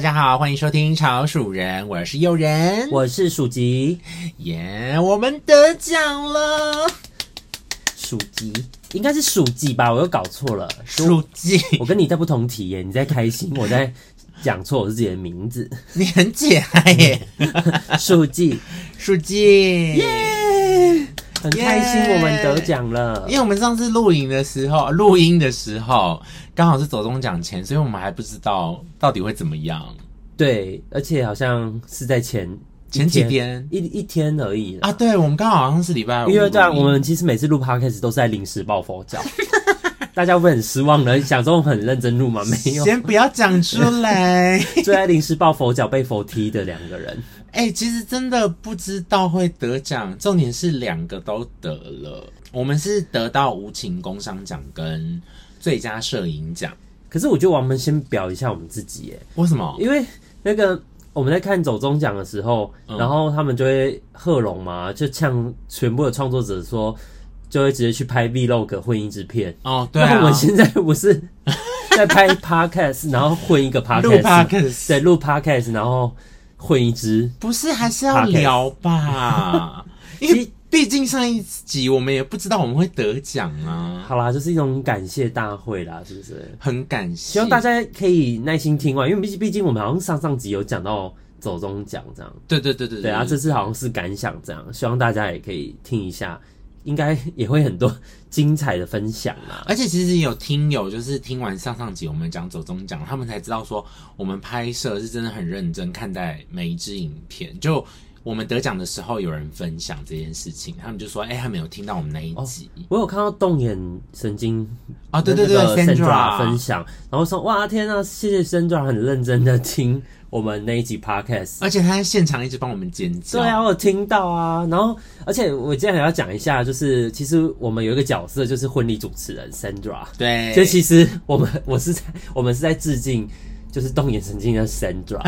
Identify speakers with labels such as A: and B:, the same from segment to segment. A: 家好，欢迎收听《潮鼠人》，我是诱人，
B: 我是属吉，
A: 耶我们得奖了，
B: 属吉应该是属鸡吧？我又搞错了，
A: 属鸡，
B: 我跟你在不同题耶，你在开心，我在讲错我自己的名 字，
A: 你很解嗨耶，
B: 属鸡，
A: 属鸡，
B: 很开心
A: 耶
B: 我们得奖了
A: 因。为我们上次录影的时候，录音的时候刚好是走中奖前，所以我们还不知道到底会怎么样。
B: 对，而且好像是在前
A: 前几
B: 一
A: 天
B: 一一天而已啦
A: 啊，对，我们刚好好像是礼拜五录音，
B: 因为对啊，我们其实每次录 podcast 都是在临时抱佛 脚，大家会不会很失望呢？想说我们很认真录吗？没有，
A: 先不要讲出来。
B: 就在临时抱佛脚被佛踢的两个人，
A: 哎、其实真的不知道会得奖，重点是两个都得了。我们是得到无情工商奖跟最佳摄影奖，
B: 可是我觉得我们先表一下我们自己耶，
A: 为什么？
B: 因为那个我们在看走中奖的时候，
A: 嗯
B: 然后他们就会贺龙嘛，就呛全部的创作者说，就会直接去拍 vlog 混音制片。
A: 哦，对
B: 那
A: 啊
B: 我，们现在不是 在拍 podcast，然后混一个
A: 录
B: podcast，
A: podcast
B: 对，录 podcast，然后混一支。
A: 不是还是要聊 吧？因为毕竟上一集我们也不知道我们会得奖啊，
B: 好啦，就是一种感谢大会啦，是不是？
A: 很感谢。
B: 希望大家可以耐心听完，因为毕竟毕竟我们好像上上集有讲到走中奖这样，
A: 对对对对
B: 对啊，这次好像是感想这样，希望大家也可以听一下，应该也会很多精彩的分享啦。
A: 而且其实有听友就是听完上上集我们讲走中奖，他们才知道说我们拍摄是真的很认真看待每一支影片。就我们得奖的时候，有人分享这件事情，他们就说：“哎、他们有听到我们那一集
B: 我有看到动眼神经
A: 哦对对对
B: 那个
A: Sandra
B: 分享，然后说哇天啊，谢谢 Sandra 很认真的听我们那一集 podcast，
A: 而且他在现场一直帮我们尖叫。
B: 对啊，我有听到啊。然后，而且我今天还要讲一下，就是其实我们有一个角色就是婚礼主持人 Sandra，
A: 对，
B: 就其实我们我是在我们是在致敬。就是动眼神经的 Sandra，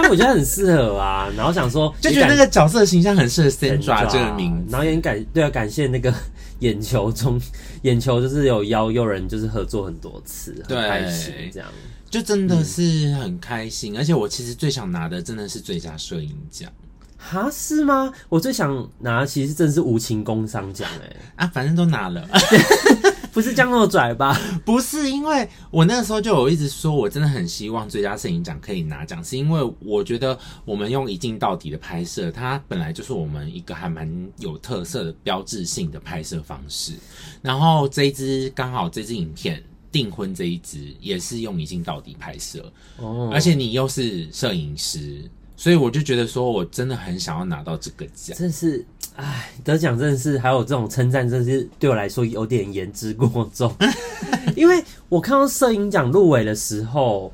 B: 为我觉得很适合啊，然后想说
A: 就
B: 也
A: 觉得
B: 感
A: 那个角色的形象很适合 Sandra
B: Sandra
A: 这个名字。
B: 然后也很感对啊，感谢那个 眼球中眼球就是有邀诱人，就是合作很多次，很
A: 对
B: 开心这样。
A: 就真的是很开心。而且我其实最想拿的真的是最佳摄影奖
B: 哈是吗？我最想拿其实真的是无情工商奖哎、
A: 啊，反正都拿了。
B: 不是江诺拽 吧？
A: 不是因为我那个时候就有一直说，我真的很希望最佳摄影奖可以拿奖，是因为我觉得我们用一镜到底的拍摄，它本来就是我们一个还蛮有特色的标志性的拍摄方式。然后这一支刚好这支影片。订婚这一支也是用一镜到底拍摄，
B: 哦，
A: 而且你又是摄影师，所以我就觉得说，我真的很想要拿到这个奖。
B: 真是，哎，得奖真的是，还有这种称赞，真是对我来说有点言之过重。 因为我看到摄影奖入围的时候，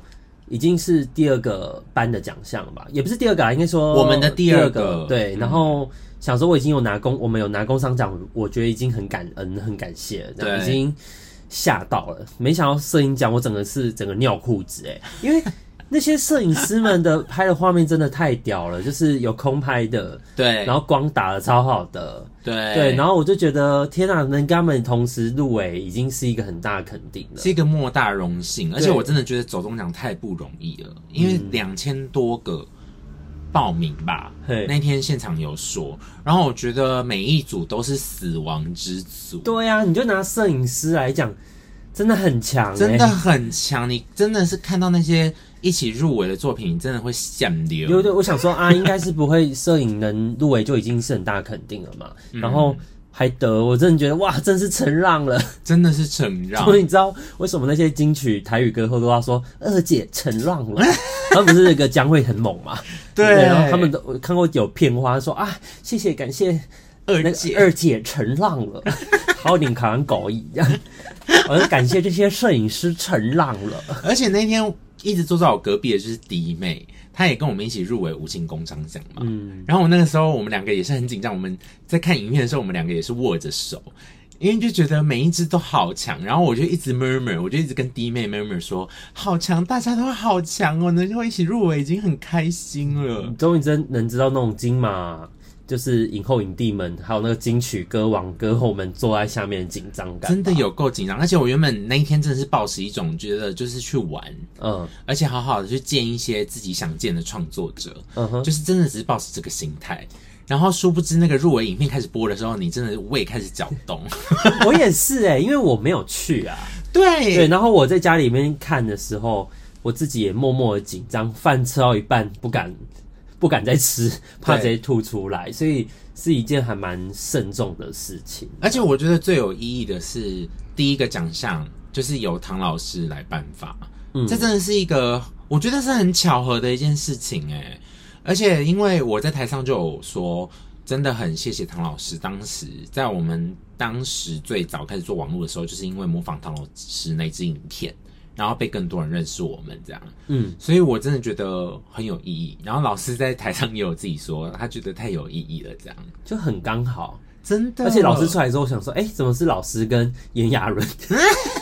B: 已经是第二个颁的奖项了吧，也不是第二个啊，应该说
A: 我们的第
B: 第
A: 二个
B: 个。对，
A: 嗯
B: 然后想说我已经有拿工，我们有拿工商奖，我觉得已经很感恩、很感谢了，这样
A: 对
B: 已经吓到了。没想到摄影奖，我整个是整个尿裤子哎、因为。那些摄影师们的拍的画面真的太屌了，就是有空拍的，
A: 对，
B: 然
A: 后
B: 后光打的超好的，
A: 对
B: 对，然
A: 后
B: 后我就觉得天啊，能跟他们同时入围已经是一个很大的肯定了。
A: 是一个莫大荣幸，而且
B: 对嗯
A: 我真的觉得走中奖太不容易了，因为两千多个报名吧，
B: 嘿
A: 那天现场有说，然后我觉得每一组都是死亡之组，
B: 对呀、啊，你就拿摄影师来讲，真的很强、欸，
A: 真的很强，你真的是看到那些一起入围的作品，你真的会羡
B: 有
A: 流。
B: 有点，我想说啊，应该是不会摄影能入围就已经是很大的肯定了嘛，
A: 嗯
B: 然后还得，我真的觉得哇，真是承让了。
A: 真的是承让
B: 所，以你知道为什么那些金曲台语歌后都要说二姐承让 了？他们不是那个姜惠很猛嘛？
A: 对
B: 然后他们都我看过有片花说啊，谢谢感谢
A: 二
B: 那
A: 姐
B: 个二姐承让了，好你好像狗一样。我要感谢这些摄影师承让了，
A: 而且那天一直坐在我隔壁的就是迪妹，她也跟我们一起入围无情工商奖嘛。嗯，然后我那个时候我们两个也是很紧张，我们在看影片的时候，我们两个也是握着手，因为就觉得每一只都好强。然后我就一直 murmur，我就一直跟迪妹 murmur 说，好强，大家都好强哦，能够一起入围已经很开心了。
B: 你终于真能知道那种金马就是影后影帝们，还有那个金曲歌王歌后们坐在下面的紧张感吧，
A: 真的有够紧张。而且我原本那一天真的是抱持一种觉得就是去玩，
B: 嗯
A: 而且好好的去见一些自己想见的创作者，
B: 嗯 哼，
A: 就是真的只是抱持这个心态。然后殊不知那个入围影片开始播的时候，你真的胃开始绞 动。
B: 我也是哎、因为我没有去啊，
A: 对
B: 对，然后我在家里面看的时候，我自己也默默的紧张，饭吃到一半不敢不敢再吃，怕直接吐出来，所以是一件还蛮慎重的事情。
A: 而且我觉得最有意义的是第一个奖项就是由唐老师来颁发，
B: 嗯
A: 这真的是一个我觉得是很巧合的一件事情哎、而且因为我在台上就有说，真的很谢谢唐老师，当时在我们当时最早开始做网络的时候，就是因为模仿唐老师那支影片，然后被更多人认识我们这样。
B: 嗯，
A: 所以我真的觉得很有意义。然后老师在台上也有自己说，他觉得太有意义了，这样
B: 就很刚好。
A: 真的。
B: 而且老师出来之后，我想说，哎、怎么是老师跟炎亚 纶？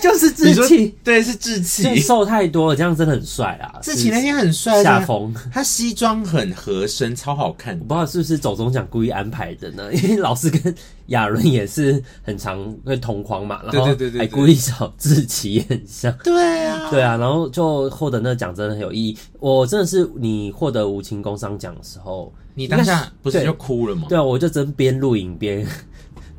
B: 就是志
A: 你说
B: 气，
A: 对是志
B: 就
A: 气，
B: 瘦太多了，这样真的很帅啊！
A: 志气那天很帅，
B: 下
A: 他
B: 风，
A: 他西装很合身，超好看
B: 我。不知道是不是走中奖故意安排的呢？ 因为老师跟亚伦也是很常会同框嘛，然
A: 对
B: 后
A: 对对对对
B: 还故意找志奇也很像。
A: 对啊，
B: 对啊，然后就获得那个奖真的很有意义。我真的是你获得无情工商奖的时候，
A: 你当
B: 应该
A: 下
B: 是
A: 不是
B: 对
A: 就哭了吗？
B: 对啊，我就真边录影边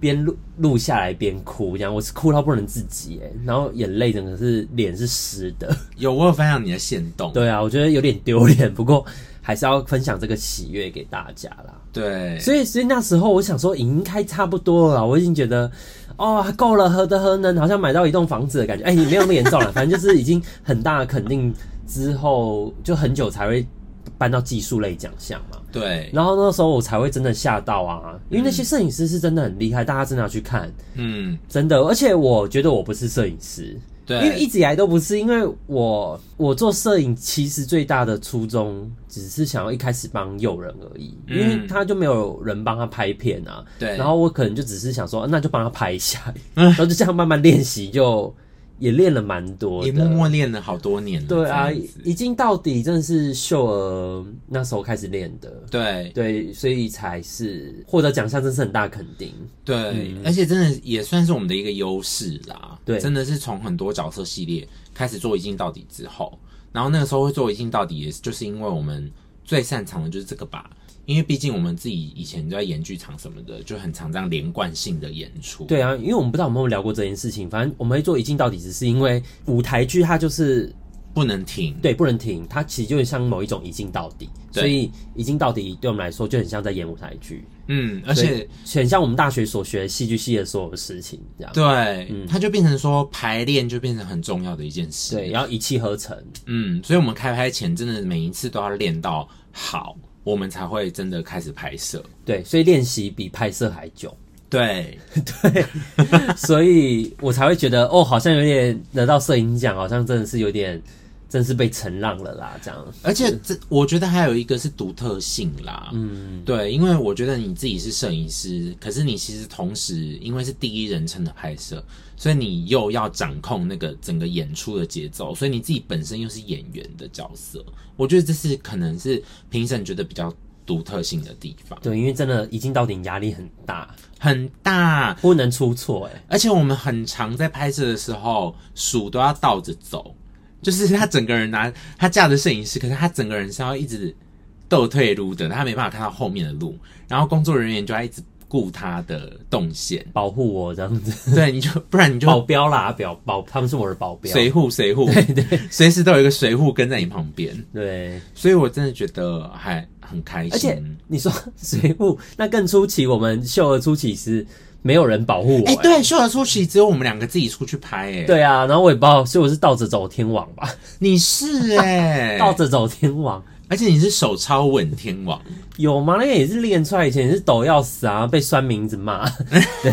B: 边录录下来边哭，这样我是哭到不能自己哎，然后眼泪整个是脸是湿的。
A: 有我有分享你的线动，
B: 对啊，我觉得有点丢脸，不过还是要分享这个喜悦给大家啦。
A: 对，
B: 所以，所以那时候我想说，应该差不多了啦。我已经觉得，哦，够了，何德何能，好像买到一栋房子的感觉。哎、你没有那么严重了，反正就是已经很大的肯定之后，就很久才会搬到技术类奖项嘛。
A: 对，
B: 然后那时候我才会真的吓到啊，因为那些摄影师是真的很厉害，大家真的要去看，
A: 嗯，
B: 真的。而且我觉得我不是摄影师，因为
A: 对，
B: 一直以来都不是，因为我我做摄影其实最大的初衷只是想要一开始帮友人而已，因
A: 嗯
B: 为他就没有人帮他拍片啊，
A: 对，
B: 然后我可能就只是想说，啊那就帮他拍一 下，然后就这样慢慢练习，就也练了蛮多
A: 你
B: 的。
A: 默默练了好多年了，
B: 对啊，
A: 这样子
B: 已经到底真的是秀儿那时候开始练的，
A: 对
B: 对，所以才是获得奖项，真是很大肯定。
A: 对，而且真的也算是我们的一个优势啦。
B: 嗯对
A: 真的是从很多角色系列开始做一镜到底之后，然后那个时候会做一镜到底，也是就是因为我们最擅长的就是这个吧。因为毕竟我们自己以前就在演剧场什么的，就很常这样连贯性的演出。
B: 对啊，因为我们不知道有没有聊过这件事情，反正我们会做一镜到底，只是因为舞台剧它就是
A: 不能停。
B: 对，不能停，它其实就很像某一种一镜到底，
A: 对
B: 所以一镜到底对我们来说就很像在演舞台剧，
A: 嗯，而
B: 所
A: 且
B: 以很像我们大学所学戏剧系的所有事情这样。
A: 对，
B: 嗯
A: 它就变成说排练就变成很重要的一件事。
B: 对，，然后一气呵成，
A: 嗯，所以我们开拍前真的每一次都要练到好，我们才会真的开始拍摄。
B: 对，所以练习比拍摄还久，
A: 对，
B: 所以我才会觉得哦，好像有点得到摄影奖，好像真的是有点，真是被承让了啦，这样。
A: 而且这我觉得还有一个是独特性啦，嗯，对，因为我觉得你自己是摄影师，可是你其实同时因为是第一人称的拍摄，所以你又要掌控那个整个演出的节奏，所以你自己本身又是演员的角色，我觉得这是可能是评审觉得比较独特性的地方，
B: 对，因为真的一镜到底压力很大，
A: 很大。
B: 不能出错哎、
A: 而且我们很常在拍摄的时候，鼠都要倒着走，就是他整个人拿他架着摄影师，可是他整个人是要一直斗退路的，他没办法看到后面的路，然后工作人员就要一直顾他的动 线，
B: 保护我这样子，
A: 对，你就不然你
B: 保
A: 就
B: 镖啦，保保，他们是我的保镖。
A: 随护随护，对对，随时都有一个随护跟在你旁边，
B: 对，
A: 所以我真的觉得还很开心，
B: 而且你说水户，那更出奇，我们秀儿出奇是没有人保护我、
A: 哎、
B: 欸
A: 对，秀儿出奇只有我们两个自己出去拍、哎，
B: 对啊，然后我也不知道，所以我是倒着走天王吧，
A: 你是哎、
B: 倒着走天王
A: 而且你是手超稳天王。
B: 有吗？那个也是练出来，以前也是抖要死啊，被酸名字骂，对，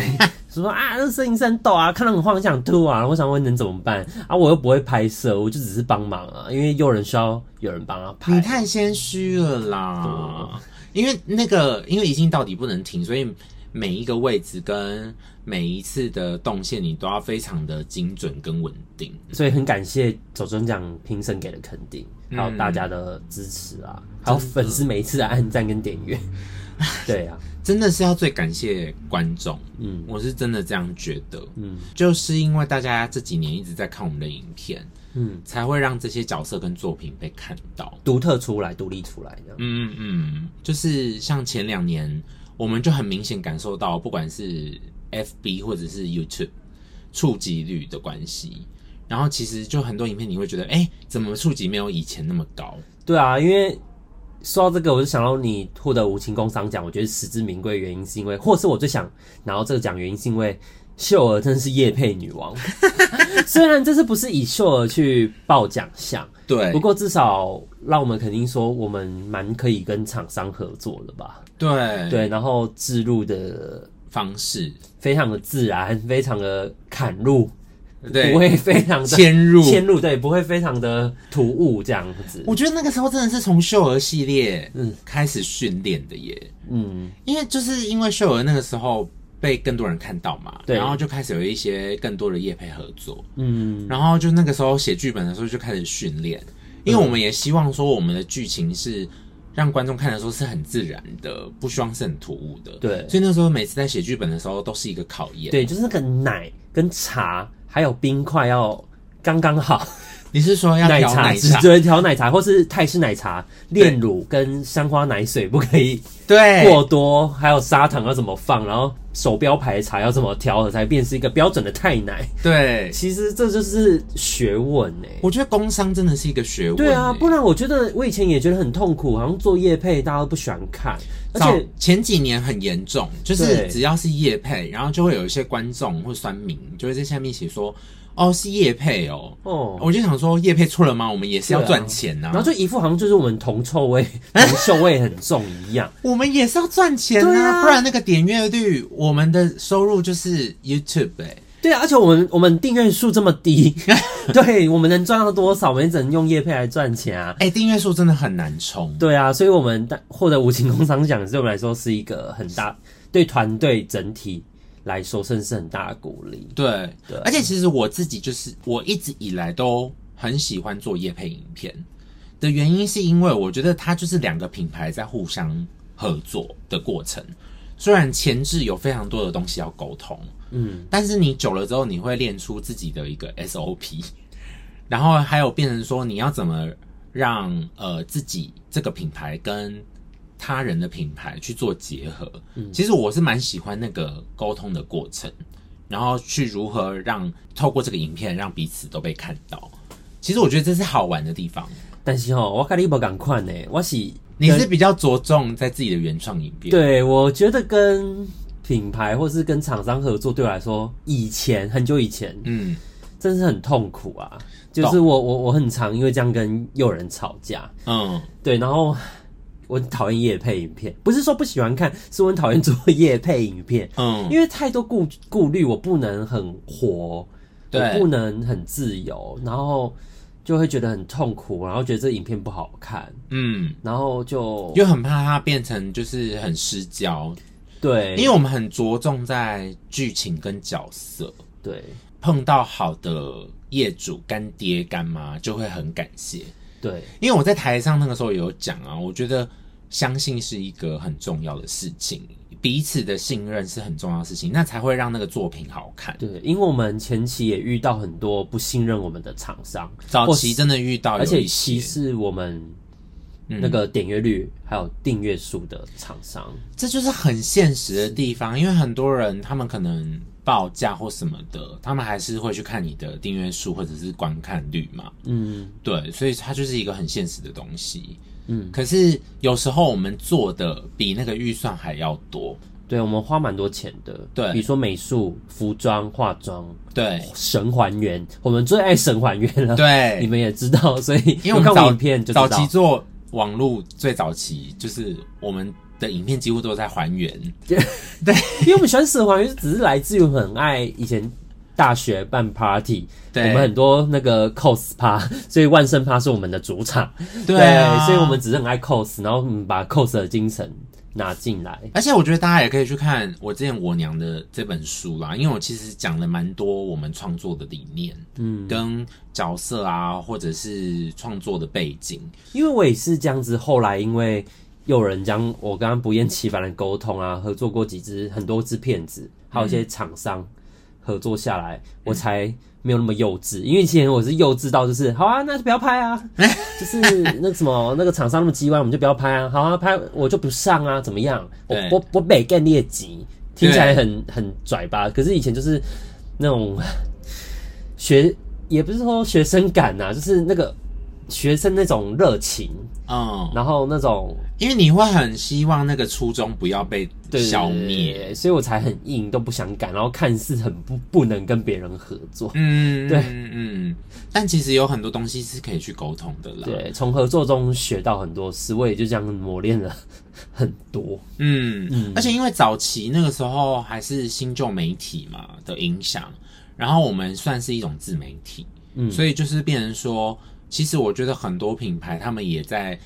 B: 说啊，那摄影师很抖啊，看到很晃想吐啊，我想问能怎么办啊？我又不会拍摄，我就只是帮忙啊，因为有人需要有人帮他啊
A: 你
B: 拍，
A: 太谦虚了啦，因为那个因为一镜到底不能停，所以每一个位置跟每一次的动线你都要非常的精准跟稳定。
B: 所以很感谢走中奖评审给的肯定，还有
A: 嗯
B: 大家的支持啊，还有粉丝每一次的按赞跟点阅。对啊，
A: 真的是要最感谢观众，
B: 嗯
A: 我是真的这样觉得，
B: 嗯
A: 就是因为大家这几年一直在看我们的影片，
B: 嗯，
A: 才会让这些角色跟作品被看到。
B: 独特出来，独立出来这样。
A: 嗯嗯嗯，就是像前两年，我们就很明显感受到，不管是 FB 或者是 YouTube 触及率的关系。然后其实就很多影片，你会觉得，哎，怎么触及没有以前那么高？
B: 对啊，因为说到这个，我就想到你获得无情工商奖，我觉得实至名归的原因是因为，或者是我最想拿到这个奖原因是因为秀儿真的是夜配女王。 虽然这次不是以秀儿去报奖项，
A: 对
B: 不过至少让我们肯定说我们蛮可以跟厂商合作的吧？
A: 对
B: 对，然后置入的
A: 方式，
B: 非常的自然，非常的砍入，
A: 对
B: 不会非常的
A: 嵌入。
B: 嵌入，对，不会非常的突兀这样子。
A: 我觉得那个时候真的是从秀儿系列
B: 嗯
A: 开始训练的耶，
B: 嗯，
A: 因为就是因为秀儿那个时候被更多人看到嘛，
B: 对
A: 然后就开始有一些更多的业配合作，
B: 嗯，
A: 然后就那个时候写剧本的时候就开始训练，因为
B: 嗯
A: 我们也希望说我们的剧情是让观众看的时候是很自然的，不希望是很突兀的。
B: 对
A: 所以那时候每次在写剧本的时候都是一个考验。，
B: 对，就是那个奶跟茶还有冰块要刚刚好，
A: 你是说要
B: 奶
A: 调
B: 茶
A: 奶
B: 只
A: 茶？
B: 只能调奶茶，或是泰式奶茶、
A: 对
B: 炼乳跟香花奶水不可以
A: 对，
B: 过多，还有砂糖要怎么放，然后手标牌茶要怎么调和，才变是一个标准的泰奶。
A: 对，
B: 其实这就是学问哎、
A: 我觉得工商真的是一个学问欸、
B: 对啊，不然我觉得我以前也觉得很痛苦，好像做夜配大家都不喜欢看，而
A: 早
B: 且
A: 前几年很严重，就是
B: 对
A: 只要是夜配，然后就会有一些观众或酸民就会在下面写说：“哦，是夜配哦。”
B: 哦，
A: 我就想说，夜配错了吗？我们也是要
B: 对啊
A: 赚钱呐、
B: 然后就一副好像就是我们铜臭味、铜臭味很重一样。
A: 我们也是要赚钱
B: 对
A: 呐、
B: 啊
A: 不然那个点阅率，我们的收入就是 YouTube 哎、
B: 对啊，而且我们我们订阅数这么低， 对我们能赚到多少？我们也只能用业配来赚钱啊。
A: 哎、订阅数真的很难冲。
B: 对啊，所以我们大获得无情工商奖，对我们来说是一个很大，对团队整体来说，甚至是很大的鼓励。
A: 对，
B: 对
A: 而且其实我自己就是我一直以来都很喜欢做夜配影片的原因，是因为我觉得它就是两个品牌在互相合作的过程。虽然前置有非常多的东西要沟通，
B: 嗯，
A: 但是你久了之后，你会练出自己的一个 SOP，然后还有变成说你要怎么让呃自己这个品牌跟他人的品牌去做结合。其实我是蛮喜欢那个沟通的过程，然后去如何让透过这个影片让彼此都被看到。其实我觉得这是好玩的地方。
B: 但是哦，我跟你不赶快呢，我是
A: 你是比较着重在自己的原创影片，，
B: 对我觉得跟品牌或是跟厂商合作，对我来说，以前很久以前
A: 嗯，
B: 真是很痛苦啊。就
A: 懂
B: 是我我我很常因为这样跟友人吵架，
A: 嗯，
B: 对，然后我很讨厌夜配影片，不是说不喜欢看，是我很讨厌做夜配影片，
A: 嗯，
B: 因为太多顾顾虑，我不能很活，
A: 对
B: 我不能很自由，然后就会觉得很痛苦，然后觉得这影片不好看，
A: 嗯，
B: 然后就
A: 又很怕它变成就是很失焦，
B: 对，
A: 因为我们很着重在剧情跟角色，
B: 对
A: 碰到好的业主干爹干妈就会很感谢。
B: 对
A: 因为我在台上那个时候也有讲啊，我觉得相信是一个很重要的事情，彼此的信任是很重要的事情，那才会让那个作品好看。
B: 对，因为我们前期也遇到很多不信任我们的厂商，
A: 早期真的遇到
B: 哦而
A: 有
B: 且
A: 一些
B: 歧，视我们
A: 嗯
B: 那个点阅率还有订阅数的厂商，
A: 这就是很现实的地方，因为很多人他们可能报价或什么的，他们还是会去看你的订阅数或者是观看率嘛。
B: 嗯
A: 对，所以它就是一个很现实的东西。
B: 嗯，
A: 可是有时候我们做的比那个预算还要多，
B: 对，我们花蛮多钱的，
A: 对
B: 比如说美术、服装、化妆、
A: 对
B: 神还原，我们最爱神还原了，，你
A: 对，
B: 们也知道，所以
A: 因为我们
B: 有看
A: 早
B: 过影片就知
A: 早期
B: 道，
A: 做网络最早期就是我们的影片几乎都在还原，
B: 因为我们喜欢神还原，只是来自于我们很爱以前。大学办 party，我
A: 对，
B: 们很多那个 cos 趴， 所以万圣趴是我们的主场。
A: 对啊、
B: 所以我们只是很爱 cos，然后我们把 cos 的精神拿进来。
A: 而且我觉得大家也可以去看我之前我娘的这本书啦，因为我其实讲了蛮多我们创作的理念，嗯，跟角色啊，或者是创作的背景，
B: 因为我也是这样子，后来因为又有人将我刚刚不厌其烦的沟通啊，合作过几支很多支片子，还有一些厂商合作下来，我才没有那么幼稚。因为以前我是幼稚到就是，好啊，那就不要拍啊，就是那个什么那个厂商那么叽歪，我们就不要拍啊，好啊，拍我就不上啊，怎么样？我
A: 对
B: 我我每干劣级，听起来很很拽吧？可是以前就是那种 学，也不是说学生感呐、就是那个学生那种热情，
A: 嗯，
B: 然后那种
A: 因为你会很希望那个初衷不要被
B: 对
A: 消灭。，
B: 所以我才很硬，都不想改，然后看似很不不能跟别人合作。
A: 嗯，
B: 对
A: 嗯，嗯，但其实有很多东西是可以去沟通的啦。，
B: 对，从合作中学到很多事，我也就这样磨练了很多。
A: 嗯，而且因为早期那个时候还是新旧媒体嘛的影响，然后我们算是一种自媒体，
B: 嗯
A: 所以就是变成说，其实我觉得很多品牌他们也在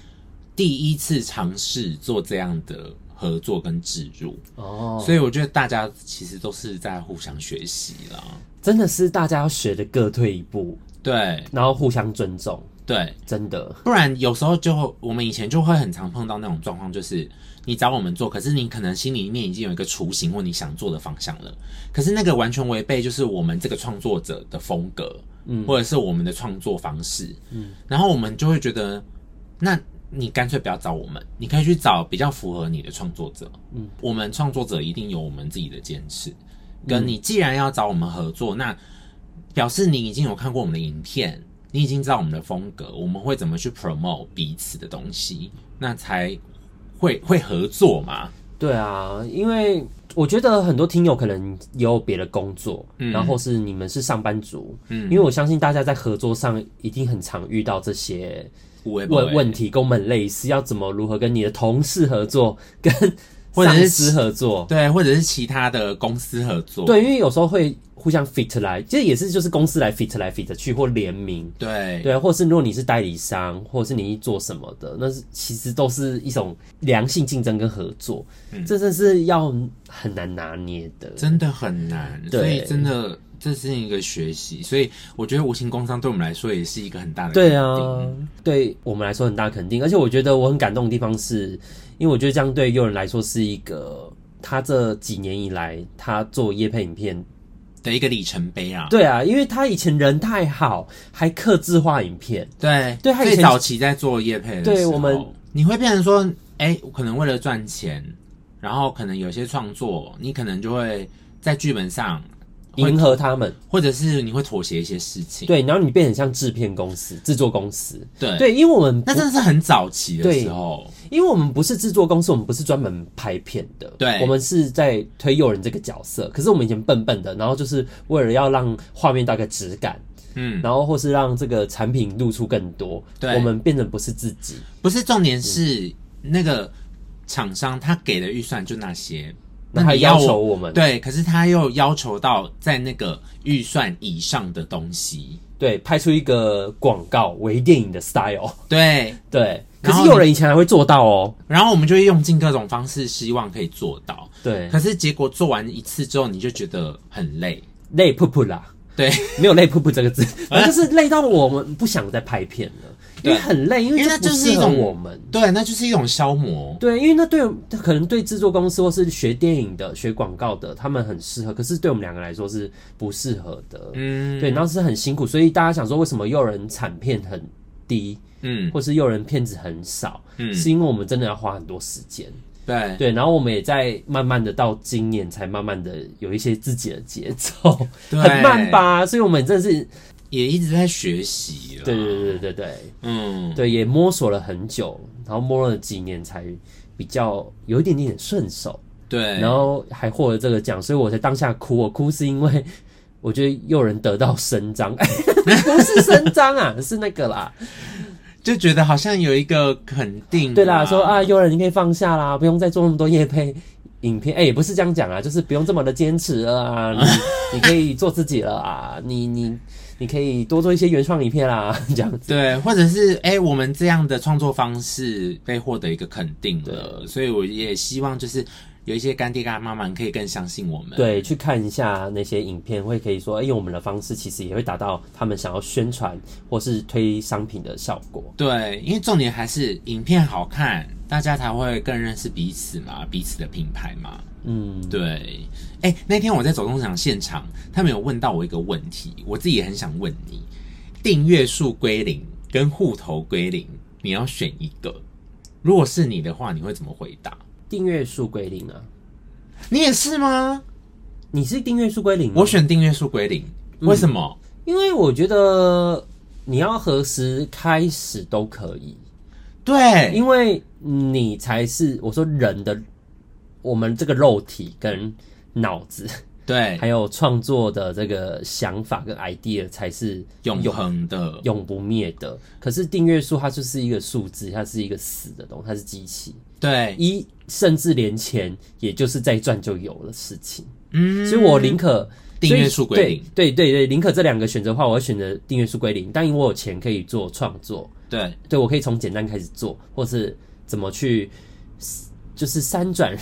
A: 第一次尝试做这样的合作跟植入，
B: 哦，
A: 所以我觉得大家其实都是在互相学习啦。
B: 真的是大家要学的各退一步，
A: 对
B: 然后互相尊重，
A: 对，
B: 真的。
A: 不然有时候就我们以前就会很常碰到那种状况，就是你找我们做，可是你可能心里面已经有一个雏形或你想做的方向了，可是那个完全违背就是我们这个创作者的风格，嗯，或者是我们的创作方式，嗯，然后我们就会觉得，那你干脆不要找我们，你可以去找比较符合你的创作者，嗯，我们创作者一定有我们自己的坚持，跟你既然要找我们合作，那表示你已经有看过我们的影片，你已经知道我们的风格，我们会怎么去 promote 彼此的东西，那才会会合作嘛。
B: 对啊，因为我觉得很多听友可能也有别的工作，
A: 嗯
B: 然后是你们是上班族，
A: 嗯
B: 因为我相信大家在合作上一定很常遇到这些
A: 问
B: 问问题，跟我们很类似，要怎么如何跟你的同事合作， 跟
A: 或者
B: 上
A: 是
B: 司合作，
A: 对，或者是其他的公司合作，
B: 对，因为有时候会互相 fit 来，这也是就是公司来 fit 来 fit 去或联名。
A: 对
B: 对，或是如果你是代理商，或是你做什么的，那是其实都是一种良性竞争跟合作，这真是要很难拿捏的。
A: 嗯真的很难，
B: 对
A: 所以真的这是一个学习，所以我觉得无形工商对我们来说也是一个很大的
B: 对
A: 肯定
B: 啊，对我们来说很大肯定，而且我觉得我很感动的地方是，因为我觉得这样对佑人来说是一个他这几年以来他做叶配影片，
A: 的一个里程碑啊。
B: 对啊，因为他以前人太好，还刻制化影片，
A: 对
B: 对他以
A: 最
B: 前
A: 早期在做业配的
B: 对
A: 时候
B: 我们
A: 你会变成说，哎、我可能为了赚钱，然后可能有些创作，你可能就会在剧本上，会
B: 迎合他们，
A: 或者是你会妥协一些事情。
B: 对，然后你变很像制片公司、制作公司，
A: 对
B: 对，因为我们
A: 那真的是很早期的时候，
B: 因为我们不是制作公司，我们不是专门拍片的，
A: 对
B: 我们是在推诱人这个角色。可是我们以前笨笨的，然后就是为了要让画面大概质感，
A: 嗯，
B: 然后或是让这个产品露出更多，
A: 对
B: 我们变成不是自己，
A: 不是重点是那个厂商他给的预算就那些，
B: 那
A: 那
B: 他
A: 你要
B: 要求
A: 我。
B: 我们
A: 对，可是他又要求到在那个预算以上的东西，
B: 对拍出一个广告微电影的 style，
A: 对，
B: 对。可
A: 然后
B: 是有人以前还会做到哦，
A: 然后我们就会用尽各种方式，希望可以做到。
B: 对，
A: 可是结果做完一次之后，你就觉得很累，
B: 累噗噗啦，
A: 对，
B: 没有累噗噗这 个字，反正就是累到我们不想再拍片了，因为
A: 哎对
B: 很累，因为
A: 因为那就
B: 这不
A: 是
B: 适
A: 一
B: 合
A: 种
B: 我们。
A: 对，那就是一种消磨。
B: 对，因为那对可能对制作公司或是学电影的、学广告的，他们很适合，可是对我们两个来说是不适合的。
A: 嗯，
B: 对，然后是很辛苦，所以大家想说，为什么诱人产片很低，
A: 嗯
B: 或是诱人片子很少？
A: 嗯，
B: 是因为我们真的要花很多时间。
A: 对
B: 对，然后我们也在慢慢的到今年才慢慢的有一些自己的节奏，
A: 对，
B: 很慢？吧？所以我们真的是
A: 也一直在学习了。
B: 对对对对对对
A: 嗯，
B: 对，也摸索了很久，然后摸了几年才比较有一点点顺手。
A: 对，
B: 然后还获得这个奖，所以我才当下哭。我哭是因为 我觉得有人得到伸 张，不是伸张啊， 是那个啦，
A: 就觉得好像有一个肯定。
B: 对啦，说啊，，有人你可以放下啦，不用再做那么多夜配影片。哎、也不是这样讲啊，就是不用这么的坚持了啊，你你可以做自己了啊，你你你可以多做一些原创影片啦， 这样子。
A: 对，或者是哎、我们这样的创作方式被获得一个肯定了，所以我也希望就是。有一些干爹干妈们可以更相信我们。
B: 对，去看一下那些影片，会可以说，哎、用我们的方式其实也会达到他们想要宣传或是推商品的效果。
A: 对，因为重点还是影片好看，大家才会更认识彼此嘛，彼此的品牌嘛。
B: 嗯，
A: 对，哎、那天我在走动场现场，他们有问到我一个问题，我自己也很想问你：订阅数归零跟户头归零，你要选一个。如果是你的话，你会怎么回答？
B: 订阅数归零啊，
A: 你也是吗？
B: 你是订阅数归零吗，
A: 我选订阅数归零，为什么？
B: 因为我觉得你要何时开始都可以，
A: 对，
B: 因为你才是我说人的，我们这个肉体跟脑子，
A: 对，
B: 还有创作的这个想法跟 idea 才是
A: 永恒的，
B: 永不灭的。可是订阅数它就是一个数字，它是一个死的东西，它是机器，
A: 对，
B: 一甚至连钱也就是再赚就有了事情。
A: 嗯，
B: 所以我宁可
A: 订阅数归零，
B: 对对对对，宁可这两个选择的话，我会选择订阅数归零。但因为我有钱可以做创作，
A: 对，
B: 对我可以从简单开始做，或是怎么去。就是三转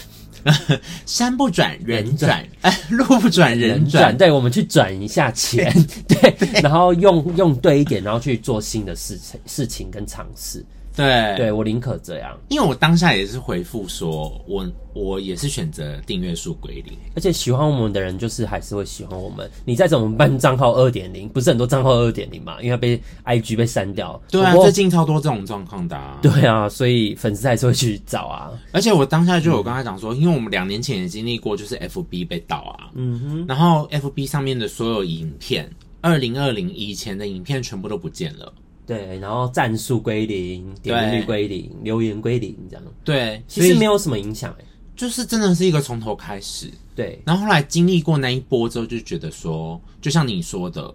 A: 山不转人转，哎，路不转人
B: 人
A: 转
B: 转，，对我们去转一下 钱，对，然后用用对一点，然后去做新的事情、事情跟尝试。
A: 对，
B: 对我宁可这样，
A: 因为我当下也是回复说，我我也是选择订阅数归零，
B: 而且喜欢我们的人就是还是会喜欢我们。你再怎么办账号二点零，不是很多账号二点零嘛？因为它被 IG 被删掉。
A: 对啊，
B: 不过
A: 最近超多这种状况的、啊，
B: 对啊，所以粉丝还是会去找啊。
A: 而且我当下就有跟他讲说，因为我们两年前也经历过，就是 FB 被盗啊，
B: 嗯哼，
A: 然后 FB 上面的所有影片，二零二零以前的影片全部都不见了，
B: 对，然后战术归零，点击率归零，留言归零，这样
A: 对，
B: 其实没
A: 有，
B: 有什么影响、欸、
A: 就是真的是一个从头开始，
B: 对，
A: 然后后来经历过那一波之后，就觉得说，就像你说的，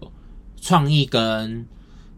A: 创意跟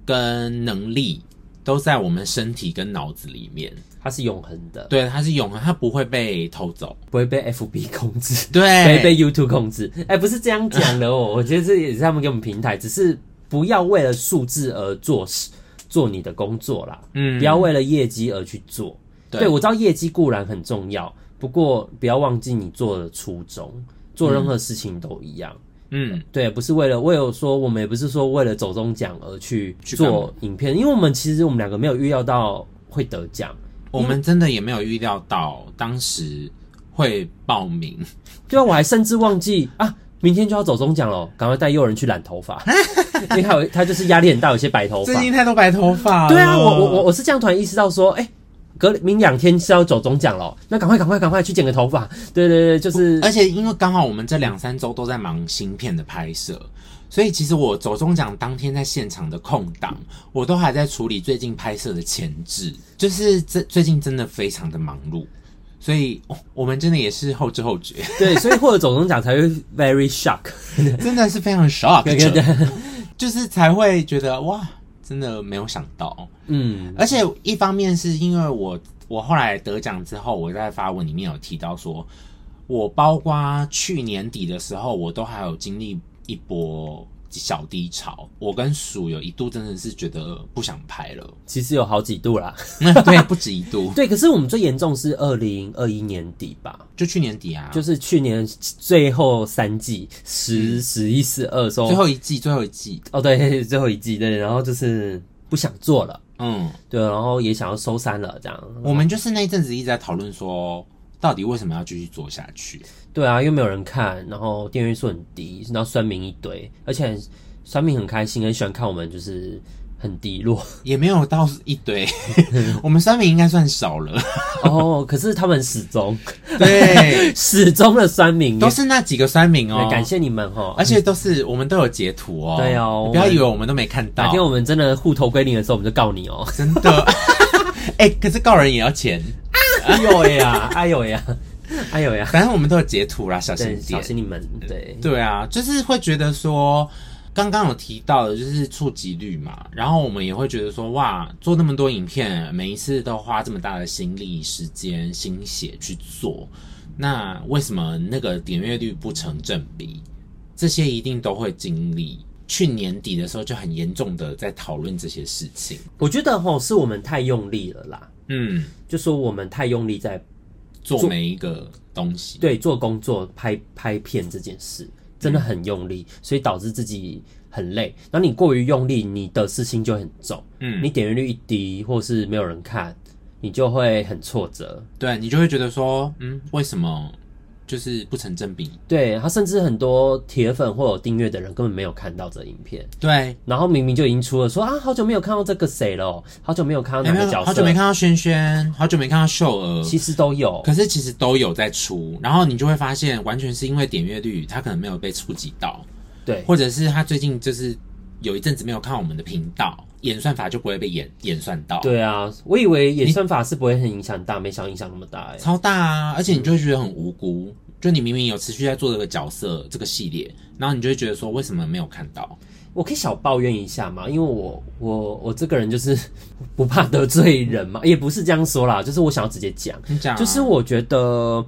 A: 跟能力都在我们身体跟脑子里面。
B: 它是永恒的，
A: 对，它是永恒，它不会被偷走。
B: 不会被 FB 控 制，不会被
A: 对，
B: YouTube 控制。哎、不是这样讲的哦，我 觉得这也是他们给我们平台，只是不要为了数字而做事，做你的工作啦，
A: 嗯
B: 不要为了业绩而去做。
A: 对
B: 对我知道业绩固然很重要，不过不要忘记你做的初衷，做任何事情都一样。
A: 嗯，
B: 对，不是为了，我有说，我们也不是说为了走中奖而去
A: 去干嘛
B: 做影片，因为我们其实我们两个没有预料到会得奖。
A: 我们真的也没有预料到当时会报名，
B: 对啊，我还甚至忘记啊，明天就要走中奖了，赶快带诱人去染头发，因为他有他就是压力很大，有些白头发
A: 最。近太多白头发了。
B: 对啊，我我我我是这样突然意识到说，哎、隔明两天是要走中奖了，那赶快赶快赶快去剪个头发。对对对，就是
A: 而且因为刚好我们这两三周都在忙新片的拍摄，所以其实我走中奖当天在现场的空档，我都还在处理最近拍摄的前置，就是这最近真的非常的忙碌，所以、哦我们真的也是后知后觉，
B: 对，所以获得走中奖才会 very shock。
A: 真的是非常
B: 对对
A: shock，
B: 对，
A: 就是才会觉得哇，真的没有想到。
B: 嗯，
A: 而且一方面是因为我我后来得奖之后，我在发文里面有提到说，我包括去年底的时候，我都还有经历一波小低潮。我跟鼠有一度真的是觉得不想拍了，
B: 其实有好几度啦。
A: 对，不止一度，
B: 对，可是我们最严重是二零二一年底吧，
A: 就去年底啊，
B: 就是是去年最后三季十、十一、十二时候
A: 嗯最后一季，最后一季，
B: 哦，对，最后一季对，然后就是不想做了，
A: 嗯，
B: 对，然后也想要收山了，这样。
A: 我们就是那一阵子一直在讨论说，到底为什么要继续做下去？
B: 对啊，又没有人看，然后订阅数很低，然后酸民一堆，而且酸民很开心，很喜欢看我们就是很低落
A: 也没有到一 堆，我们三名应该算少了，
B: 哦。可是他们始终
A: 对，
B: 始终的酸 民
A: 都是那几个三名哦
B: 对，，感谢你们哈。
A: 而且都是我们都有截图哦。
B: 对哦
A: 你不要
B: 我们
A: 以为我们都没看
B: 哪
A: 到
B: 天，我们真的户头归零的时候，我们就告 你哦。
A: 真的。哎、可是告人也要钱，
B: 哎呦喂呀， 哎呦喂呀，哎呦喂呀，
A: 反正我们都有截图啦，小心
B: 对，
A: 点
B: 小。心你们，对，
A: 对啊，就是会觉得说，刚刚有提到的就是触及率嘛，然后我们也会觉得说，哇，做那么多影片，每一次都花这么大的心力、时间、心血去做，那为什么那个点阅率不成正比？这些一定都会经历。去年底的时候就很严重的在讨论这些事情。
B: 我觉得吼是我们太用力了啦。
A: 嗯，
B: 就说我们太用力在
A: 做每一个东西。
B: 对，做工作拍拍片这件事真的很用力，所以导致自己很累。然后你过于用力，你的事情就很重，
A: 嗯，
B: 你点阅率一低，或是没有人看，你就会很挫折。
A: 对你就会觉得说，嗯，为什么就是不成正比？
B: 对他，甚至很多铁粉或有订阅的人根本没有看到这影片，
A: 对，
B: 然后明明就已经出了说啊，好久没有看到这个谁了哦，好久没有看到
A: 有
B: 哪
A: 哎没
B: 个
A: 有
B: 角
A: 好久没
B: 色，
A: 看到轩轩，好久没看到秀儿，
B: 其实都有。
A: 可是其实都有在出，然后你就会发现，完全是因为点阅率，他可能没有被触及到，
B: 对，
A: 或者是他最近就是有一阵子没有看我们的频道，演算法就不会被演演算到，，
B: 对啊，我以为演算法是不会很影响大，没想到影响那么大哎、
A: 超大啊！而且你就会觉得很无辜，就你明明有持续在做这个角色这个系列，然后你就会觉得说，为什么没有看到？
B: 我可以小抱怨一下嘛，因为我我我这个人就是 不怕得罪人嘛，也不是这样说啦，就是我想要直接讲，
A: 你讲啊、
B: 就是我觉得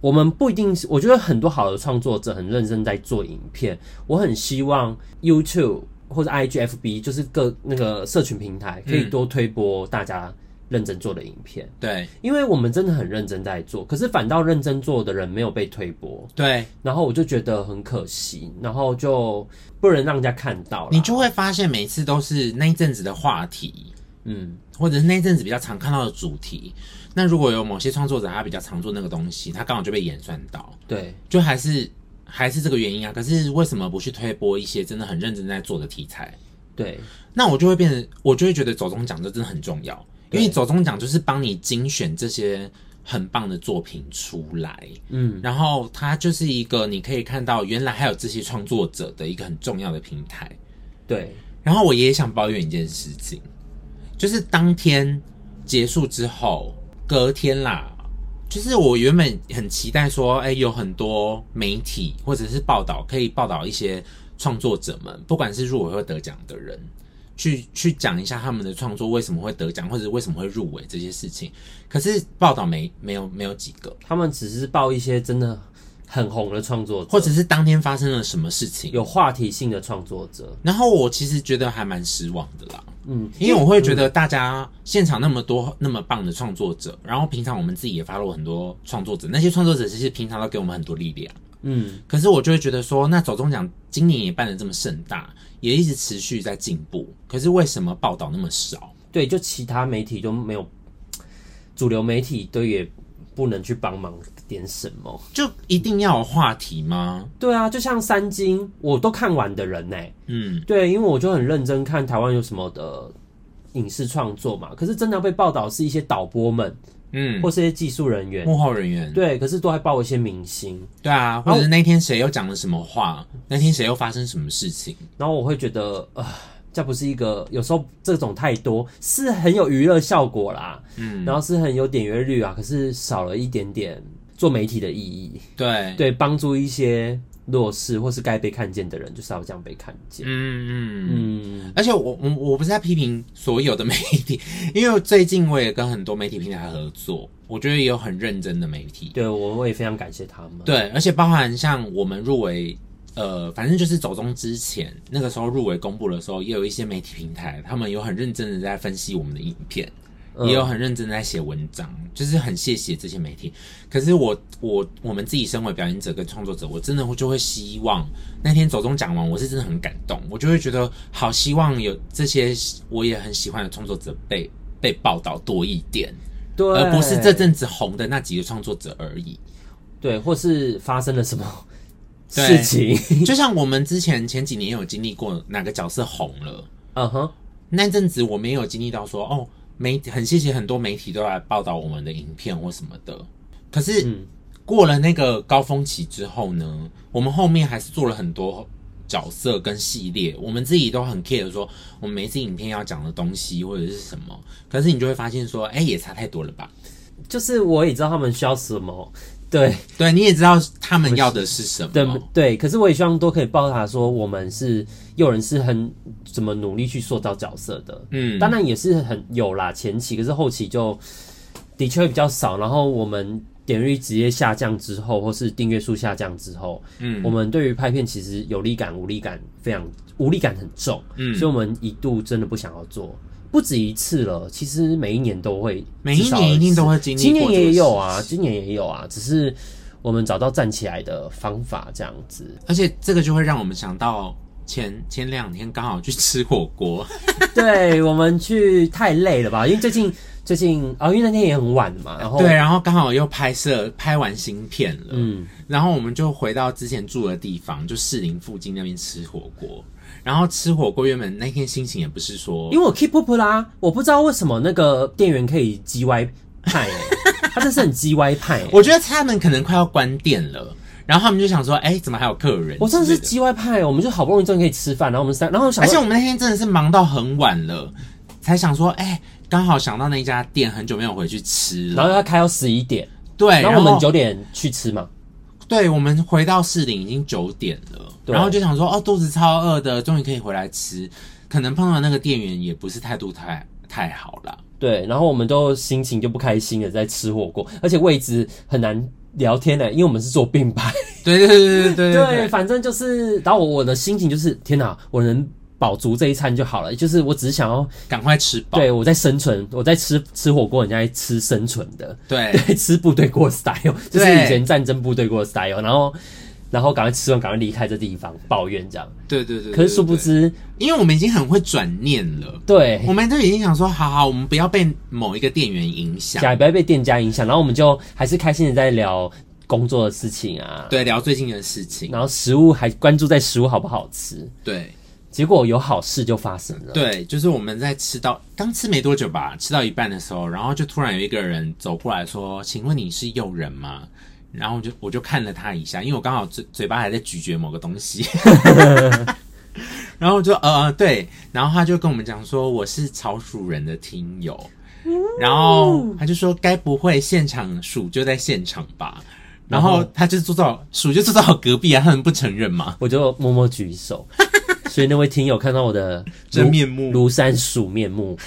B: 我们不一定是，我觉得很多好的创作者很认真在做影片，我很希望 YouTube 或者 IGFB 就是各那个社群平台可以多推播大家认真做的影片，
A: 对
B: 因为我们真的很认真在做，可是反倒认真做的人没有被推播，
A: 对，
B: 然后我就觉得很可惜，然后就不能让人家看到啦
A: 你就会发现每次都是那一阵子的话题，
B: 嗯，
A: 或者是那一阵子比较常看到的主题。那如果有某些创作者他比较常做那个东西，他刚好就被演算到，
B: 对嗯
A: 就还是还是这个原因啊。可是为什么不去推播一些真的很认真在做的题材？
B: 对
A: 那我就会变成，我就会觉得走中奖这真的很重要，因
B: 对
A: 为走中奖就是帮你精选这些很棒的作品出来，
B: 嗯，
A: 然后它就是一个你可以看到原来还有这些创作者的一个很重要的平台。
B: 对，
A: 然后我也想抱怨一件事情，就是当天结束之后，隔天啦，就是我原本很期待说，哎，有很多媒体或者是报道可以报道一些创作者们，不管是入围或得奖的人，去去讲一下他们的创作为什么会得奖，或者为什么会入围这些事情。可是报道没没有没有几个，
B: 他们只是报一些真的很红的创作者，
A: 或者是当天发生了什么事情。
B: 有话题性的创作者，
A: 然后我其实觉得还蛮失望的啦。
B: 嗯，
A: 因为我会觉得大家现场那么多那么棒的创作者，然后平常我们自己也发了很多创作者，那些创作者其实平常都给我们很多力量。
B: 嗯，
A: 可是我就会觉得说，那走中奖今年也办的这么盛大，也一直持续在进步，可是为什么报道那么少？
B: 对，就其他媒体都没有，主流媒体都也不能去帮忙点什么。
A: 就一定要有话题吗？
B: 对啊，就像三金，我都看完的人呢、欸
A: 嗯，
B: 对，因为我就很认真看台湾有什么的影视创作嘛，可是真的要被报道是一些导播们
A: 嗯
B: 或，是一些技术人员，
A: 幕后人员，
B: 对，可是都还报一些明星，
A: 对啊，或者是那天谁又讲了什么话，那天谁又发生什么事情？
B: 然后我会觉得啊。这不是一个，有时候这种太多是很有娱乐效果啦，
A: 嗯，
B: 然后是很有点阅率啊，可是少了一点点做媒体的意义，
A: 对，
B: 对，帮助一些弱势或是该被看见的人，就是要这样被看见。
A: 嗯嗯。
B: 嗯，
A: 而且我我我不是在批评所有的媒体，因为最近我也跟很多媒体平台合作，我觉得也有很认真的媒体，
B: 对，我我也非常感谢他们。
A: 对，而且包含像我们入围，呃，反正就是走中之前那个时候入围公布的时候，也有一些媒体平台，他们有很认真的在分析我们的影片，
B: 嗯
A: 也有很认真地在写文章，就是很谢谢这些媒体。可是我我我们自己身为表演者跟创作者，我真的会就会希望那天走中讲完，我是真的很感动，我就会觉得好希望有这些我也很喜欢的创作者被被报道多一点，
B: 对，
A: 呃而不是这阵子红的那几个创作者而 已。
B: 对，或是发生了什么
A: 对
B: 事情？
A: 就像我们之前前几年有经历过哪个角色红了，
B: 嗯哼，
A: 那阵子我们也有经历到说，哦，媒很谢谢很多媒体都来报道我们的影片或什么的。可是
B: 嗯，
A: 过了那个高峰期之后呢，我们后面还是做了很多角色跟系列，我们自己都很 care 说我们每一次影片要讲的东西或者是什么，可是你就会发现说，哎、也差太多了吧？
B: 就是我也知道他们需要什么，对
A: 对，你也知道他们要的是什
B: 对
A: 么，
B: 对，可是我也希望都可以报答说我们是有人是很怎么努力去塑造角色的，
A: 嗯，
B: 当然也是很有啦，前期可是后期就的确比较少，然后我们。点阅率直接下降之后，或是订阅数下降之后，
A: 嗯
B: 我们对于拍片其实有力感、无力感非常无力感很重，
A: 嗯
B: 所以我们一度真的不想要做不止一次了，其实每一年都会，
A: 每一
B: 至少
A: 年一定都
B: 次
A: 会经历
B: 今
A: 过
B: 年
A: 这个
B: 也有
A: 事
B: 啊，今年也有啊，只是我们找到站起来的方法这样 子。
A: 而且这个就会让我们想到前前两天刚好去吃火锅，
B: 对我们去太累了吧？因为最近最近啊、哦，因为那天也很晚嘛，然后
A: 对，然后刚好又拍摄拍完新片了，
B: 嗯，
A: 然后我们就回到之前住的地方，就士林附近那边吃火锅。然后吃火锅，原本那天心情也不是说
B: 因为我 keep up 啦，我不知道为什么那个店员可以 G Y 派、欸，他真是很 G Y 派、欸，
A: 我觉得他们可能快要关店了，然后他们就想说，哎、怎么还有客人？
B: 我真的是
A: 之类
B: G Y 派、哦我们就好不容易终于可以吃饭，然后我们三，然后我想
A: 而且
B: 说，
A: 我们那天真的是忙到很晚了，才想说，哎、刚好想到那家店很久没有回去吃
B: 然
A: 了，
B: 后要开到十一点，
A: 对，
B: 然后我们九点去吃嘛，
A: 对，我们回到士林已经九点了，
B: 对
A: 然后就想说，哦，肚子超饿的，终于可以回来吃。可能碰到那个店员也不是态度太太好啦。
B: 对，然后我们都心情就不开心了，在吃火锅，而且位置很难聊天呢、因为我们是坐并排。
A: 对对对对对
B: 对，反正就是，然后我我的心情就是，天哪，我能饱足这一餐就好了，就是我只是想要，
A: 赶快吃饱。
B: 对我在生存，我在吃吃火锅，人家在吃生存的，
A: 对
B: 对，吃部队锅 style，就是以前战争部队锅 style，然后然后赶快吃完，赶快离开这地方，抱怨这样。
A: 对对对对。
B: 可是殊不
A: 对，
B: 知，哎
A: 对因为我们已经很会转念了，
B: 对，
A: 我们都已经想说，好好，我们不要被某一个店员影响。
B: 假不要被店家影响，然后我们就还是开心的在聊工作的事情啊，
A: 对，聊最近的事情。
B: 然后食物还关注在食物好不好吃，
A: 对
B: 结果有好事就发生了。
A: 对，就是我们在吃到刚吃没多久吧，吃到一半的时候，然后就突然有一个人走过来说：“请问你是诱人吗？”然后我就我就看了他一下，因为我刚好嘴嘴巴还在咀嚼某个东西， 然后我就呃对，然后他就跟我们讲说我是草鼠人的听友，然后他就说该不会现场鼠就在现场吧？然
B: 然
A: 后
B: 后
A: 他就坐到鼠就坐到我隔壁啊，他们不承认嘛，
B: 我就默默举手， 所以那位听友看到我的
A: 真
B: 庐
A: 面目
B: 庐山鼠面目，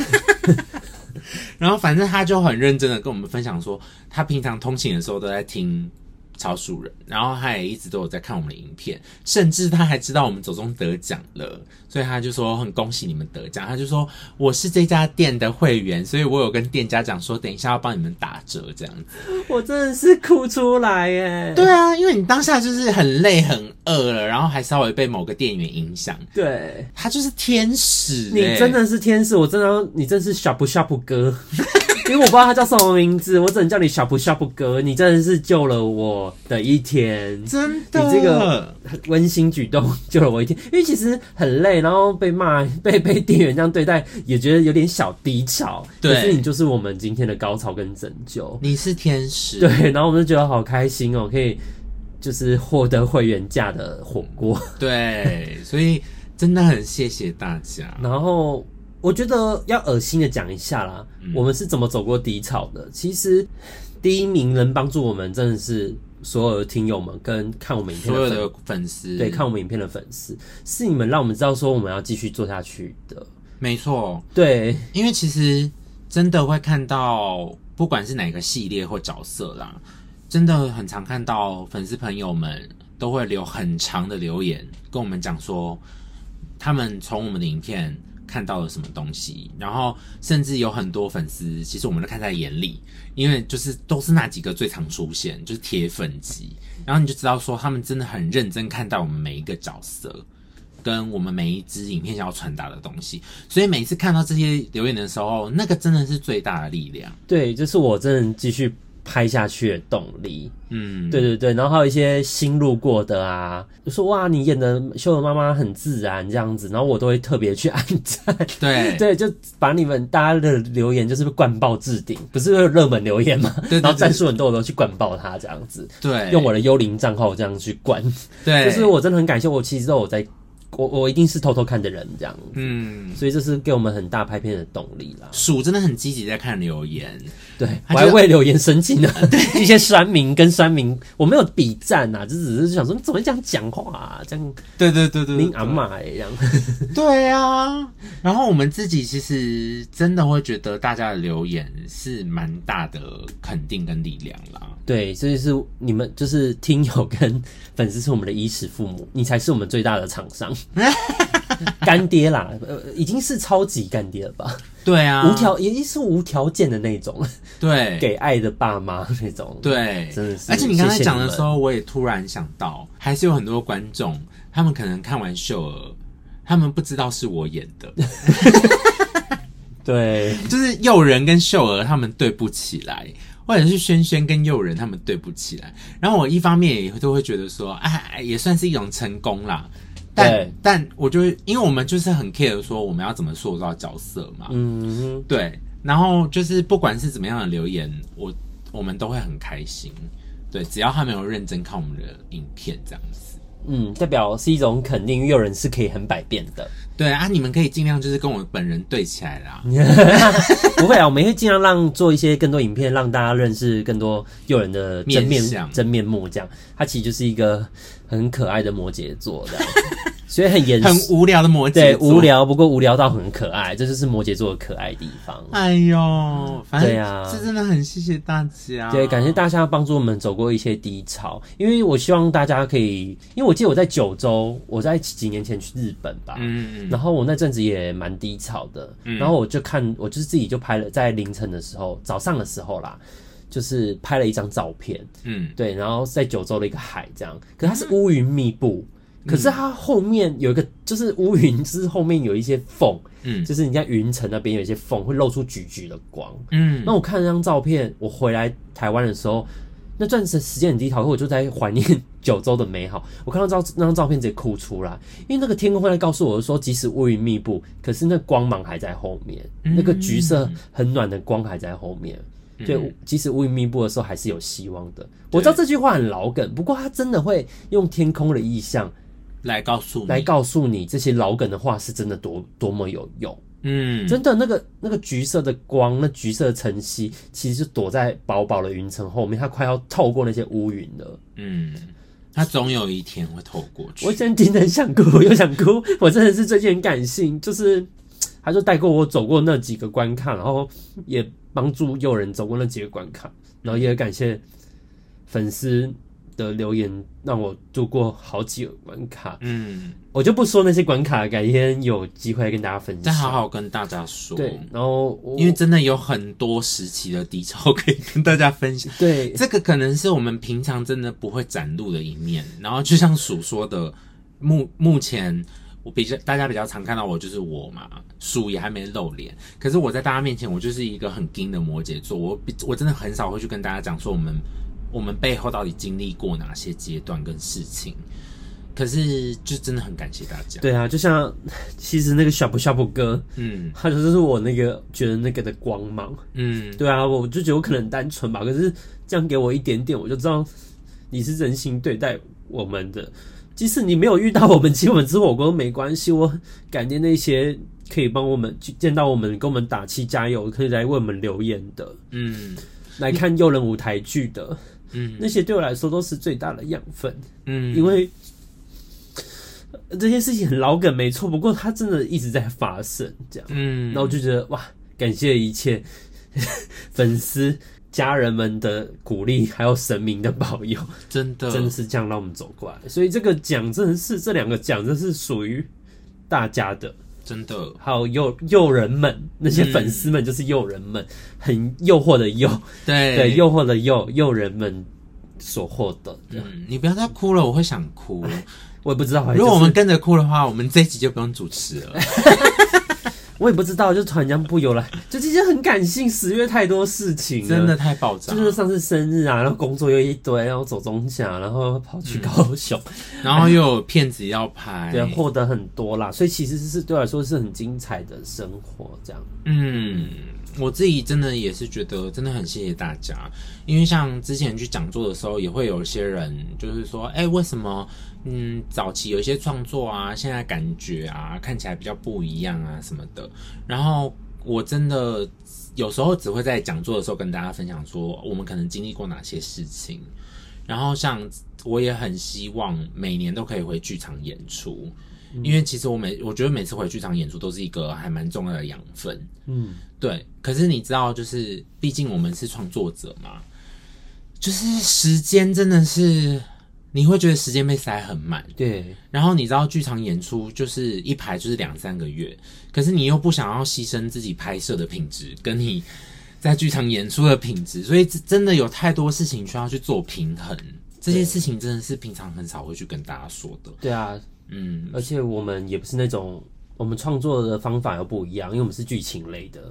A: 然后反正他就很认真的跟我们分享说，他平常通勤的时候都在听超熟人，然后他也一直都有在看我们的影片，甚至他还知道我们走中得奖了，所以他就说很恭喜你们得奖。他就说我是这家店的会员，所以我有跟店家讲说，等一下要帮你们打折这样子。
B: 我真的是哭出来耶！
A: 对啊，因为你当下就是很累很饿了，然后还稍微被某个店员影响，
B: 对，
A: 他就是天使、
B: 你
A: 欸
B: 真的是天使，我真的要，你真是 sharp sharp 哥， 因为我不知道他叫什么名字，我只能叫你 sharp sharp 哥，你真的是救了我的一天。
A: 真的
B: 你这个温馨举动救了我一天，因为其实很累，然后被骂、被被店员这样对待，也觉得有点小低潮。
A: 对
B: 可是你就是我们今天的高潮跟拯救。
A: 你是天使，
B: 对，然后我们就觉得好开心哦，可以就是获得会员价的火锅。
A: 对，所以真的很谢谢大家。
B: 然后我觉得要恶心的讲一下啦，
A: 嗯
B: 我们是怎么走过低潮的。其实第一名能帮助我们，真的是所有的听友们跟看我们影片
A: 所
B: 的
A: 有
B: 粉
A: 的粉丝，
B: 对看我们影片的粉丝，是你们让我们知道说我们要继续做下去的。
A: 没错，
B: 对，
A: 因为其实真的会看到，不管是哪个系列或角色啦，真的很常看到粉丝朋友们都会留很长的留言，跟我们讲说他们从我们的影片看到了什么东西，然后甚至有很多粉丝，其实我们都看在眼里，因为就是都是那几个最常出现，就是铁粉级，然后你就知道说他们真的很认真看待我们每一个角色。跟我们每一支影片想要传达的东西，所以每次看到这些留言的时候，那个真的是最大的力量。
B: 对，这是我真的继续拍下去的动力。
A: 嗯，
B: 对对对，然后还有一些新路过的啊，就说哇，你演的秀的妈妈很自然这样子，然后我都会特别去按赞，
A: 对
B: 对，就把你们大家的留言就是灌爆置顶，不是有热门留言嘛，
A: 对对哎
B: 然后战术很多我都去灌爆它这样子，
A: 对，
B: 用我的幽灵账号这样去灌，
A: 对，
B: 就是我真的很感谢，我其实都有在，我我一定是偷偷看的人这样，
A: 嗯，
B: 所以这是给我们很大拍片的动力啦。
A: 鼠真的很积极在看留言，
B: 对，
A: 他
B: 我
A: 就
B: 还为留言 生气呢。 一些酸民跟酸民，我没有比战呐、啊，就只是想说你怎么会这样讲话、啊，这样
A: 对对对对
B: 拎阿骂一样。
A: 嗯对啊。然后我们自己其实真的会觉得大家的留言是蛮大的肯定跟力量啦。
B: 对，这就是你们就是听友跟粉丝是我们的衣食父母，你才是我们最大的厂 商，干爹啦，呃，已经是超级干爹了吧？
A: 对啊，
B: 无条已经是无条件的那种，
A: 对
B: 给爱的爸妈那种。，
A: 对，
B: 真的是
A: 而且你刚才讲的时
B: 谢谢
A: 候，我也突然想到，还是有很多观众，他们可能看完秀儿，他们不知道是我演的，
B: 对，
A: 就是诱人跟秀儿他们对不起来。或者是轩轩跟诱人他们对不起来，然后我一方面也都会觉得说，哎，也算是一种成功啦。但
B: 对
A: 但我就会因为我们就是很 care 说我们要怎么塑造角色嘛，
B: 嗯，
A: 对，然后就是不管是怎么样的留言，我我们都会很开心。对，只要他没有认真看我们的影片这样子。
B: 嗯，代表是一种肯定，有人是可以很百变的。
A: 对啊，你们可以尽量就是跟我本人对起来啦。
B: 不会啊，我们会尽量让做一些更多影片，让大家认识更多诱人的真面
A: 面相
B: 真面目。这样，他其实就是一个很可爱的摩羯座的，所以很严
A: 很无聊的摩羯，
B: 对无。聊，不过无聊到很可爱，这就是摩羯座的可爱地方。
A: 哎呦，反正
B: 对啊
A: 这真的很谢谢大啊家。
B: 对，感谢大家帮助我们走过一些低潮，因为我希望大家可以，因为我记得我在九州，我在几年前去日本吧，
A: 嗯。嗯嗯，
B: 然后我那阵子也蛮低潮的，然后我就看，我就是自己就拍了，在凌晨的时候，早上的时候啦，就是拍了一张照片，
A: 嗯，
B: 对，然后在九州的一个海这样，可是它是乌云密布，可是它后面有一个就是乌云，就是后面有一些缝，
A: 嗯
B: 就是你在云层那边有一些缝会露出橘橘的光，
A: 嗯，
B: 那我看那张照片，我回来台湾的时候，那段时时间很低潮，可我就在怀念九州的美好。 我看到照那张照片直接哭出来，因为那个天空在告诉我说，即使乌云密布，可是那光芒还在后面，那个橘色很暖的光还在后面。对，即使乌云密布的时候，还是有希望的。我知道这句话很老梗，不过它真的会用天空的意象
A: 来告诉你，
B: 来告诉你，这些老梗的话是真的多多么有用。
A: 嗯，
B: 真的那个那个橘色的光，那橘色的晨曦，其实就躲在薄薄的云层后面，它快要透过那些乌云了。
A: 嗯，他总有一天会透过去
B: 我。真的挺很想哭，又想哭，我真的是最近很感性，就是他就带过我走过那几个关卡，然后也帮助友人走过那几个关卡，然后也感谢粉丝的留言，让我度过好几个关卡。
A: 嗯，
B: 我就不说那些关卡，改天有机会跟大家分
A: 再
B: 享。
A: 好好跟大家说，
B: 对，然后我
A: 因为真的有很多时期的低潮可以跟大家分享。
B: 对
A: 这个可能是我们平常真的不会展露的一面。然后就像鼠说的，目目前我比较大家比较常看到我就是我嘛，鼠也还没露脸。可是我在大家面前，我就是一个很硬的摩羯座，我比我真的很少会去跟大家讲说我们我们背后到底经历过哪些阶段跟事情。可是就真的很感谢大家，
B: 对啊，就像其实那个小布小布哥，
A: 嗯
B: 他就是我那个觉得那个的光芒。
A: 嗯，
B: 对啊，我就觉得我可能很单纯吧，可是这样给我一点点，我就知道你是真心对待我们的。即使你没有遇到我们，请我们吃火锅没关系，我感念那些可以帮我们见到我们、给我们打气加油，可以来为我们留言的，
A: 嗯
B: 来看诱人舞台剧的，
A: 嗯
B: 那些对我来说都是最大的养分。
A: 嗯，
B: 因为呃这件事情很老梗，没错。不过它真的一直在发生，这样，
A: 嗯，
B: 然后我就觉得哇，感谢一切 粉丝、家人们的鼓励，还有神明的保 佑，
A: 真的
B: 真的是这样让我们走过来。所以这个奖真的是这两个奖，真是属于大家的，
A: 真的
B: 还有诱诱人们那
A: 嗯
B: 些粉丝们，就是诱人们，很诱惑的诱，
A: 对
B: 对，诱惑的诱，诱人们所获得的。
A: 嗯，你不要再哭了，我会想哭。
B: 我也不知道，
A: 如
B: 就是
A: 果我们跟着哭的话，我们这一集就不用主持了。
B: 我也不知道，就突然间不由来， 就其实很感性。十月太多事情了，
A: 真的，太爆炸
B: 就
A: 了，
B: 是上次生日啊，然后工作又一堆，然后走中奖，然后跑去高雄，
A: 嗯然后又有片子要拍，
B: 对，啊获得很多啦。所以其实是对我来说是很精彩的生活，这样。
A: 嗯，我自己真的也是觉得真的很谢谢大家，因为像之前去讲座的时候，也会有一些人就是说，哎、为什么嗯早期有一些创作啊，现在感觉啊看起来比较不一样啊什么的，然后我真的有时候只会在讲座的时候跟大家分享说，我们可能经历过哪些事情，然后像我也很希望每年都可以回剧场演出。因为其实我每我觉得每次回剧场演出都是一个还蛮重要的养分，
B: 嗯，
A: 对，可是你知道，就是毕竟我们是创作者嘛，就是时间真的是，你会觉得时间被塞很满。
B: 对，
A: 然后你知道剧场演出就是一排就是两三个月，可是你又不想要牺牲自己拍摄的品质，跟你在剧场演出的品质，所以这真的有太多事情需要去做平衡。这些事情真的是平常很少会去跟大家说的。
B: 对啊，
A: 嗯
B: 而且我们也不是那种我们创作的方法又不一样，因为我们是剧情类的，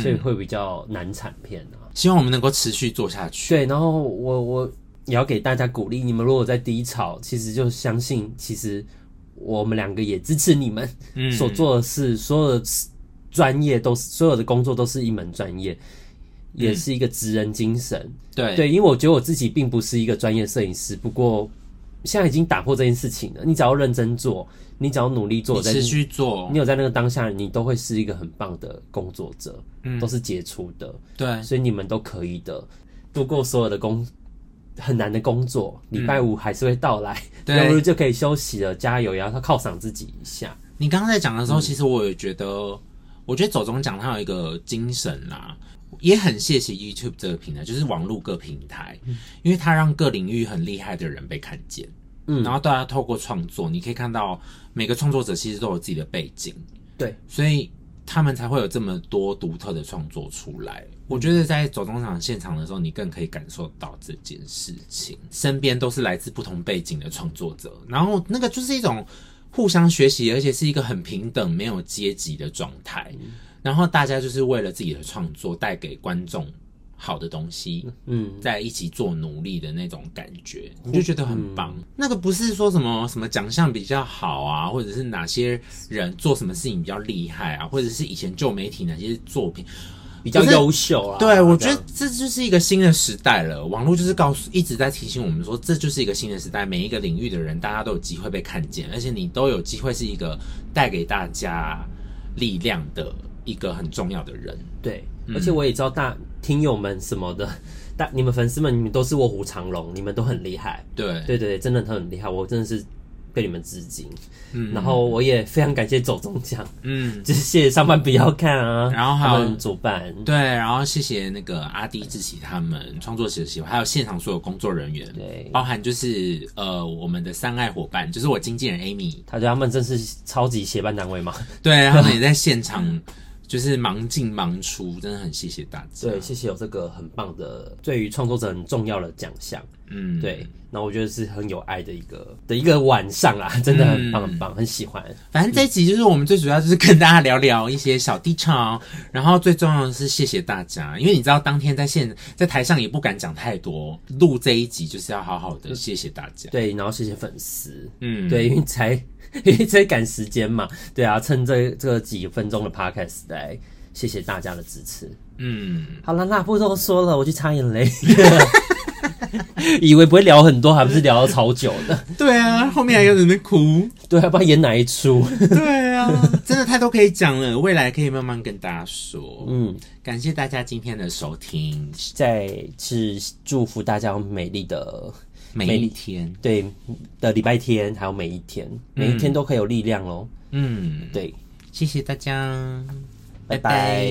B: 所以
A: 嗯，
B: 会比较难产片啊。
A: 希望我们能够持续做下去。
B: 对，然后我我也要给大家鼓励，你们如果在低潮，其实就相信，其实我们两个也支持你们
A: 嗯，
B: 所做的事，所有的专业都是所有的工作都是一门专业。也是一个职人精神，
A: 嗯对
B: 对，因为我觉得我自己并不是一个专业摄影师，不过现在已经打破这件事情了。你只要认真做，你只要努力做，
A: 你
B: 在
A: 持续做
B: 你，有在那个当下，你都会是一个很棒的工作者，
A: 嗯
B: 都是杰出的，
A: 对，
B: 所以你们都可以的，度过所有的工很难的工作，礼拜五还是会到来，
A: 嗯对
B: 要不就可以休息了，加油，也要犒赏自己一下。
A: 你刚刚在讲的时
B: 嗯
A: 候，其实我也觉得，我觉得走中奖它有一个精神啦，也很谢谢 YouTube 这个平台，就是网络各平台，因为它让各领域很厉害的人被看见。
B: 嗯
A: 然后大家透过创作，你可以看到每个创作者其实都有自己的背景，
B: 对，
A: 所以他们才会有这么多独特的创作出来。我觉得在走中场现场的时候，你更可以感受到这件事情。身边都是来自不同背景的创作者，然后那个就是一种互相学习，而且是一个很平等、没有阶级的状态。然后大家就是为了自己的创作带给观众好的东西，
B: 嗯，
A: 在一起做努力的那种感觉，你就觉得很棒。那个不是说什么什么奖项比较好啊，或者是哪些人做什么事情比较厉害啊，或者是以前旧媒体哪些作品。
B: 比较
A: 可是
B: 优秀啊。
A: 对，我
B: 这
A: 觉
B: 样
A: 得这就是一个新的时代了。网络就是告诉，一直在提醒我们说，这就是一个新的时代。每一个领域的人，大家都有机会被看见，而且你都有机会是一个带给大家力量的一个很重要的人。
B: 对，
A: 嗯
B: 而且我也知道大听友们什么的， 大你们粉丝们，你们都是卧虎藏龙，你们都很厉害。
A: 对，
B: 对对对，真的都很厉害，我真的是被你们致敬。
A: 嗯
B: 然后我也非常感谢走中奖，
A: 嗯，
B: 就是谢谢上班不要看啊，
A: 然后还
B: 他
A: 有
B: 们主办，
A: 对，然后谢谢那个阿迪志奇他们创作者喜欢，还有现场所有工作人员，
B: 对
A: 包含就是呃我们的三爱伙伴，就是我经纪人 Amy，
B: 他觉得他们真是超级协办单位嘛。
A: 对他们也在现 场，就是忙进忙出，真的很谢谢大家。
B: 对，谢谢有这个很棒的，对于创作者很重要的奖项。
A: 嗯，
B: 对，那我觉得是很有爱的一个的一个晚上啦， 真的很棒
A: 嗯
B: 很棒，很喜欢。
A: 反正这一集就是我们最主要就是跟大家聊聊一些小低潮，然后最重要的是谢谢大家，因为你知道当天在现在台上也不敢讲太多，录这一集就是要好好的谢谢大家。
B: 对，然后谢谢粉丝，
A: 嗯，
B: 对，因为才 因为在赶时间嘛，对啊，趁这这几分钟的 podcast 来谢谢大家的支持。
A: 嗯。
B: 好了，那不多说了，我去擦眼泪。 以为不会聊很多，还不是聊到超久的？
A: 对啊，后面还有人在哭。
B: 对啊，不知道演哪一出。
A: 对啊，真的太多可以讲了，未来可以慢慢跟大家说。
B: 嗯，
A: 感谢大家今天的收听，
B: 再次祝福大家有美丽的
A: 每一天，
B: 对的礼拜天，还有每一天，每一天都可以有力量哦。
A: 嗯，
B: 对，
A: 谢谢大家，
B: 拜拜